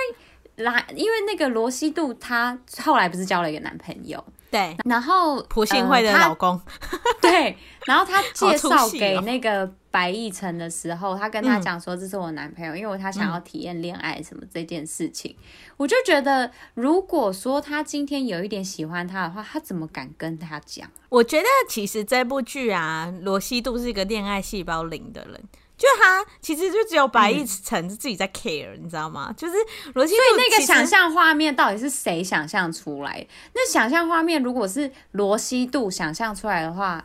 Speaker 1: 为拉，因为那个罗西度她后来不是交了一个男朋友，
Speaker 2: 对，
Speaker 1: 然后
Speaker 2: 朴信惠的
Speaker 1: 呃她
Speaker 2: 老公，
Speaker 1: [laughs] 对，然后他
Speaker 2: 好
Speaker 1: 介
Speaker 2: 出
Speaker 1: 绍
Speaker 2: 戏
Speaker 1: 给
Speaker 2: 哦
Speaker 1: 那个白亦辰的时候，他跟他
Speaker 2: 嗯
Speaker 1: 讲说这是我男朋友，因为他想要体验恋爱什么这件事情。我就觉得，如果说他今天有一点喜欢他的话，他怎么敢跟他讲？
Speaker 2: 我觉得其实这部剧啊，罗西度是一个恋爱细胞零的人，就他其实就只有白亦辰自己在 care，、你知道吗？就是罗西度
Speaker 1: 所以 [laughs] 那
Speaker 2: 其
Speaker 1: 个
Speaker 2: 实
Speaker 1: 想象画面到底是谁想象出来？那想象画面如果是罗西度想象出来的话，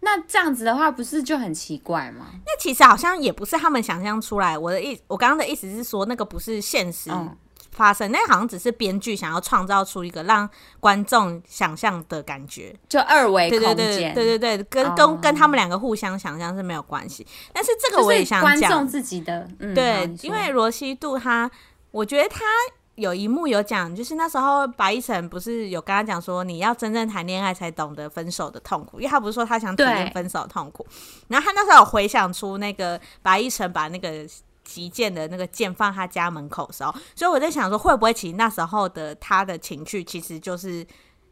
Speaker 1: 那这样子的话不是就很奇怪吗？
Speaker 2: 那其实好像也不是他们想象出来。我的意，我刚刚的意思是说，那个不是现实
Speaker 1: 嗯
Speaker 2: 发生，那好像只是编剧想要创造出一个让观众想象的感觉。
Speaker 1: 就二维
Speaker 2: 对
Speaker 1: 空
Speaker 2: 对
Speaker 1: 间，
Speaker 2: 对对对对，跟
Speaker 1: 哦
Speaker 2: 跟跟他们两个互相想象是没有关系。但是这个我也
Speaker 1: 就是
Speaker 2: 想
Speaker 1: 观
Speaker 2: 讲
Speaker 1: 众，自己的，嗯，好
Speaker 2: 对
Speaker 1: 你，说
Speaker 2: 因为罗西度他，我觉得他有一幕有讲，就是那时候白一晨不是有跟他讲说，你要真正谈恋爱才懂得分手的痛苦，因为他不是说他想体验
Speaker 1: 对
Speaker 2: 分手的痛苦。然后他那时候有回想出那个白一晨把那个击剑的那个剑放他家门口的时候，所以我在想说，会不会其实那时候的他的情绪其实就是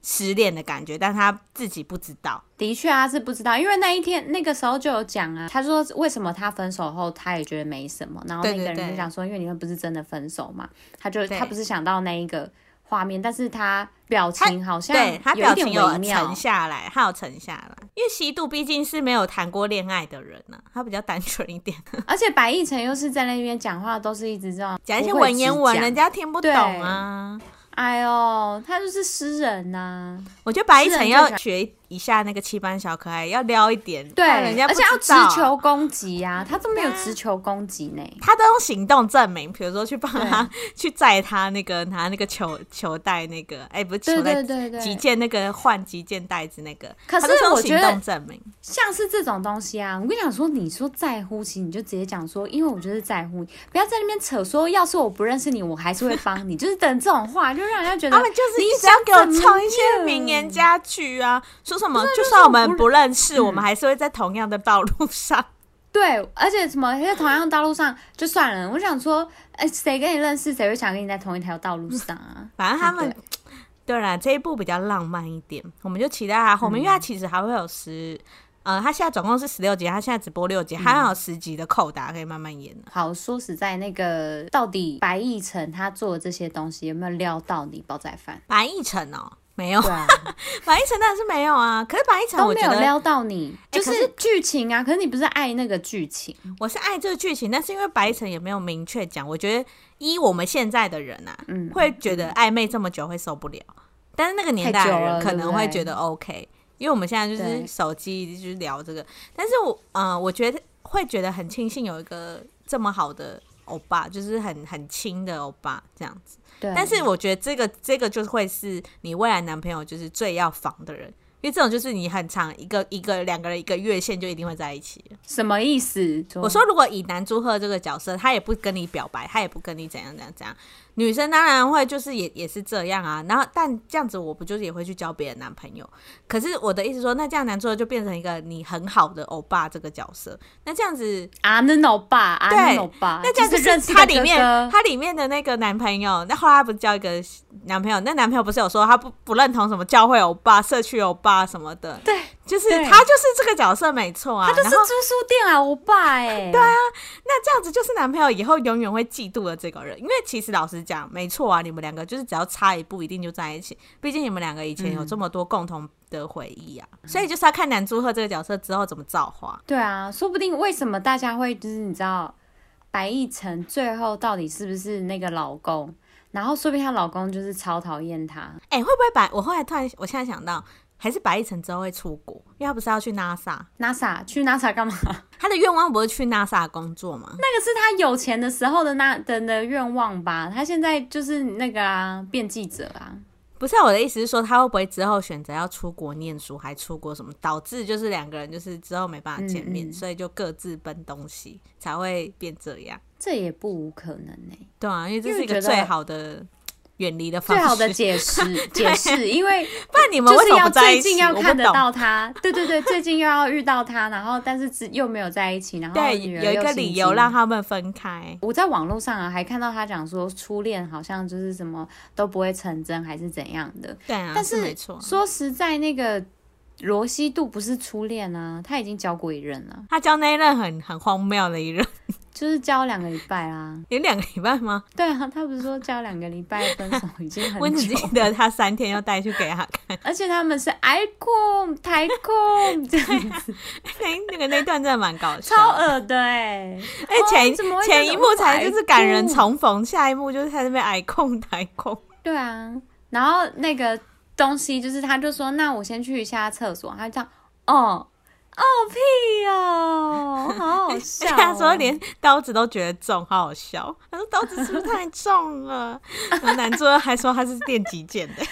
Speaker 2: 失恋的感觉，但他自己不知道。
Speaker 1: 的确啊，是不知道，因为那一天那个时候就有讲啊，他说为什么他分手后他也觉得没什么，然后
Speaker 2: 对
Speaker 1: 那个
Speaker 2: 对
Speaker 1: 人
Speaker 2: 对
Speaker 1: 就讲说，因为你们不是真的分手嘛，他就
Speaker 2: 对
Speaker 1: 他不是想到那一个画面，但是他表情好像
Speaker 2: 对他
Speaker 1: 有
Speaker 2: 表
Speaker 1: 一点
Speaker 2: 情有
Speaker 1: 微妙
Speaker 2: 沉，下来，他有沉下来，因为西渡毕竟是没有谈过恋爱的人呢、他比较单纯一点，
Speaker 1: 而且白亦晨又是在那边讲话都是一直这样
Speaker 2: 讲一些
Speaker 1: 不会
Speaker 2: 文言
Speaker 1: 直
Speaker 2: 文，
Speaker 1: 讲
Speaker 2: 人家听不懂啊。
Speaker 1: 哎呦，他就是诗人呐、
Speaker 2: 我觉得白一
Speaker 1: 是
Speaker 2: 晨
Speaker 1: 人就喜
Speaker 2: 要
Speaker 1: 欢
Speaker 2: 学一下那个七班小可爱，要撩一点，
Speaker 1: 对，
Speaker 2: 不然人家
Speaker 1: 而
Speaker 2: 不
Speaker 1: 且要
Speaker 2: 知
Speaker 1: 直
Speaker 2: 道
Speaker 1: 球，攻击呀、啊，他都没有直球攻击呢。
Speaker 2: 他都用行动证明，比如说去帮他 [laughs] 去载他那个拿那个球球袋那个，哎、不是
Speaker 1: 对
Speaker 2: 球
Speaker 1: 对
Speaker 2: 袋。
Speaker 1: 对对，
Speaker 2: 击剑那个换击剑袋子那个，
Speaker 1: 可是
Speaker 2: 他都用
Speaker 1: 我觉
Speaker 2: 行
Speaker 1: 得
Speaker 2: 动证明，
Speaker 1: 像是这种东西啊，我跟你讲说，你说在乎，其实你就直接讲说，因为我就是在乎你，不要在那边扯说，要是我不认识你，我还是会帮你，就是等这种话，就让人家觉得
Speaker 2: 他们就是
Speaker 1: 你
Speaker 2: 一直要
Speaker 1: 想
Speaker 2: 给我
Speaker 1: 怎么
Speaker 2: 唱一些
Speaker 1: 样
Speaker 2: 名言佳句啊，说什么就嗯算我们不认识，我们还是会在同样的道路上。 [laughs]
Speaker 1: 对，而且什么在同样道路上就算了，我想说，哎、谁跟你认识，谁会想跟你在同一条道路上
Speaker 2: [laughs]
Speaker 1: 啊？
Speaker 2: 反正他
Speaker 1: 对
Speaker 2: 们对啦，这一部比较浪漫一点，我们就期待它后面，因为它其实还会有十。呃，它现在总共是十六集，它现在只播六集，还有十集的扣打可以慢慢演了。
Speaker 1: 好，说实在，那个到底白亦晨他做的这些东西有没有撩到你煲仔饭？
Speaker 2: 白一晨哦，没有，
Speaker 1: 对啊，
Speaker 2: 白一晨当然是没有啊。可是白一晨，
Speaker 1: 都
Speaker 2: 我
Speaker 1: 没
Speaker 2: 觉
Speaker 1: 有
Speaker 2: 得
Speaker 1: 撩到你，
Speaker 2: 哎
Speaker 1: 就
Speaker 2: 可
Speaker 1: 是剧情啊。可是你不是爱那个剧情？
Speaker 2: 我是爱这个剧情，但是因为白晨也没有明确讲，我觉得依我们现在的人啊，
Speaker 1: 嗯
Speaker 2: 会觉得暧昧这么久会受不了，但是那个年代
Speaker 1: 太
Speaker 2: 的
Speaker 1: 久
Speaker 2: 人
Speaker 1: 了
Speaker 2: 可能会觉得
Speaker 1: 对
Speaker 2: OK，因为我们现在就是
Speaker 1: 对
Speaker 2: 手机就是聊这个，但是我呃，我觉得会觉得很庆幸有一个这么好的欧巴，就是很很亲的欧巴这样子。
Speaker 1: 对，啊
Speaker 2: 但是我觉得这个这个就会是你未来男朋友就是最要防的人。因为这种就是你很长一个一个两个人一个月线就一定会在一起了。
Speaker 1: 什么意思？
Speaker 2: 我说，如果以男朱贺这个角色，他也不跟你表白，他也不跟你怎样怎样怎样，女生当然会就是也也是这样啊。然后，但这样子我不就是也会去交别的男朋友？可是我的意思说，那这样男朱贺就变成一个你很好的欧巴这个角色。那这样子，
Speaker 1: 啊，那老爸，啊，
Speaker 2: 对
Speaker 1: 那老爸，
Speaker 2: 那这样
Speaker 1: 就
Speaker 2: 子
Speaker 1: 是认识
Speaker 2: 他
Speaker 1: 的
Speaker 2: 里面
Speaker 1: 哥哥
Speaker 2: 他里面的那个男朋友，那后来他不是交一个男朋友？那男朋友不是有说他不不认同什么教会欧巴、社区欧巴什么的？
Speaker 1: 对，
Speaker 2: 就是
Speaker 1: 对
Speaker 2: 他就是这个角色没错啊。
Speaker 1: 他就是
Speaker 2: 然后
Speaker 1: 住宿店啊，我爸哎、对啊，
Speaker 2: 那这样子就是男朋友以后永远会嫉妒的这个人，因为其实老实讲，没错啊，你们两个就是只要差一步，一定就在一起。毕竟你们两个以前有这么多共同的回忆啊，
Speaker 1: 嗯
Speaker 2: 所以就是要看男朱贺这个角色之后怎么造化。
Speaker 1: 对啊，说不定为什么大家会就是你知道，白亦晨最后到底是不是那个老公？然后说不定她老公就是超讨厌她，
Speaker 2: 哎、会不会白？我后来突然，我现在想到，还是白一晨之后会出国，因为他不是要去 NASA，
Speaker 1: NASA 去 NASA 干嘛？ [laughs]
Speaker 2: 他的愿望不是去 NASA 工作吗？
Speaker 1: 那个是她有钱的时候的那的的愿望吧？她现在就是那个啊，变记者啊，
Speaker 2: 不是、啊、我的意思是说，他会不会之后选择要出国念书，还出国什么，导致就是两个人就是之后没办法见面，
Speaker 1: 嗯嗯
Speaker 2: 所以就各自奔东西，才会变这样。
Speaker 1: 这也不无可能呢、
Speaker 2: 对啊，因为这
Speaker 1: 因
Speaker 2: 是
Speaker 1: 为
Speaker 2: 一
Speaker 1: 觉
Speaker 2: 个
Speaker 1: 得
Speaker 2: 最好的远离的方
Speaker 1: 最
Speaker 2: 式。
Speaker 1: 好的解 [laughs] 释解释，因为
Speaker 2: [laughs] 不然你们
Speaker 1: 就
Speaker 2: 为
Speaker 1: 是
Speaker 2: 什么
Speaker 1: 要
Speaker 2: 不在一
Speaker 1: 最
Speaker 2: 起？
Speaker 1: 近要
Speaker 2: 我不
Speaker 1: 看得
Speaker 2: 懂。
Speaker 1: 到他，对对 [laughs] 对，最近又要遇到他，然后但是只又没有在一起，然后
Speaker 2: 对，
Speaker 1: 女儿
Speaker 2: 有一
Speaker 1: 又
Speaker 2: 个
Speaker 1: 心
Speaker 2: 理
Speaker 1: 机
Speaker 2: 由让。他们分开。
Speaker 1: 我在网络上啊，还看到他讲说初恋好像就是什么都不会成真，还是怎样的。
Speaker 2: 对啊，
Speaker 1: 但
Speaker 2: 是
Speaker 1: 是
Speaker 2: 没错。
Speaker 1: 说实在，那个罗西度不是初恋啊，他已经交过一任了，
Speaker 2: 他教那一任很很荒谬的一任，
Speaker 1: 就是交两个礼拜啦。 [laughs]
Speaker 2: 有两个礼拜吗？
Speaker 1: 对啊，他不是说交两个礼拜分手已经
Speaker 2: [laughs] 我
Speaker 1: 很
Speaker 2: 只
Speaker 1: 久
Speaker 2: 记，得他三天要带去给他看，
Speaker 1: 而且他们是 icon 台控
Speaker 2: [laughs]
Speaker 1: 这样子，
Speaker 2: 那哎那个那段真的蛮搞笑。
Speaker 1: 超恶的哎、
Speaker 2: 哎，前
Speaker 1: 哦怎么会
Speaker 2: 前一幕才就是感人
Speaker 1: 这种
Speaker 2: 重逢，下一幕就是他那边挨控挨控。
Speaker 1: 对啊，然后那个东西就是，他就说：“那我先去一下厕所。”他就这样，哦，哦屁哦，好
Speaker 2: [laughs]
Speaker 1: 好笑、哦。
Speaker 2: 而且哎他说连刀子都觉得重，好好笑。他说刀子是不是太重了？然后男主还说他是练击剑的。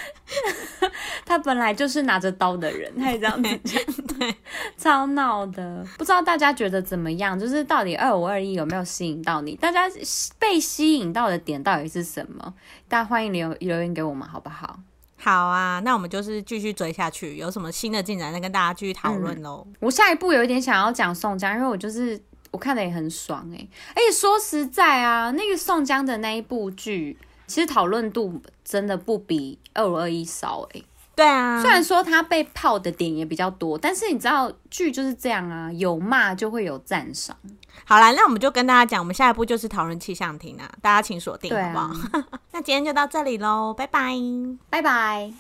Speaker 1: 他本来就是拿着刀的人，他也这样子讲，
Speaker 2: [laughs]
Speaker 1: [laughs] 超闹的。不知道大家觉得怎么样？就是到底二五二一有没有吸引到你？大家被吸引到的点到底是什么？大家欢迎留留言给我们，好不好？
Speaker 2: 好啊，那我们就是继续追下去，有什么新的进展再跟大家继续讨论喽。
Speaker 1: 我下一步有一点想要讲宋江，因为我就是我看的也很爽哎、而且说实在啊，那个宋江的那一部剧，其实讨论度真的不比二五二一少哎、
Speaker 2: 对啊，
Speaker 1: 虽然说他被泡的点也比较多，但是你知道剧就是这样啊，有骂就会有赞赏。
Speaker 2: 好啦，那我们就跟大家讲，我们下一步就是讨论气象厅啊，大家请锁定
Speaker 1: 对
Speaker 2: 好不 [laughs]
Speaker 1: 啊
Speaker 2: 好？那今天就到这里喽，拜拜。
Speaker 1: 拜拜。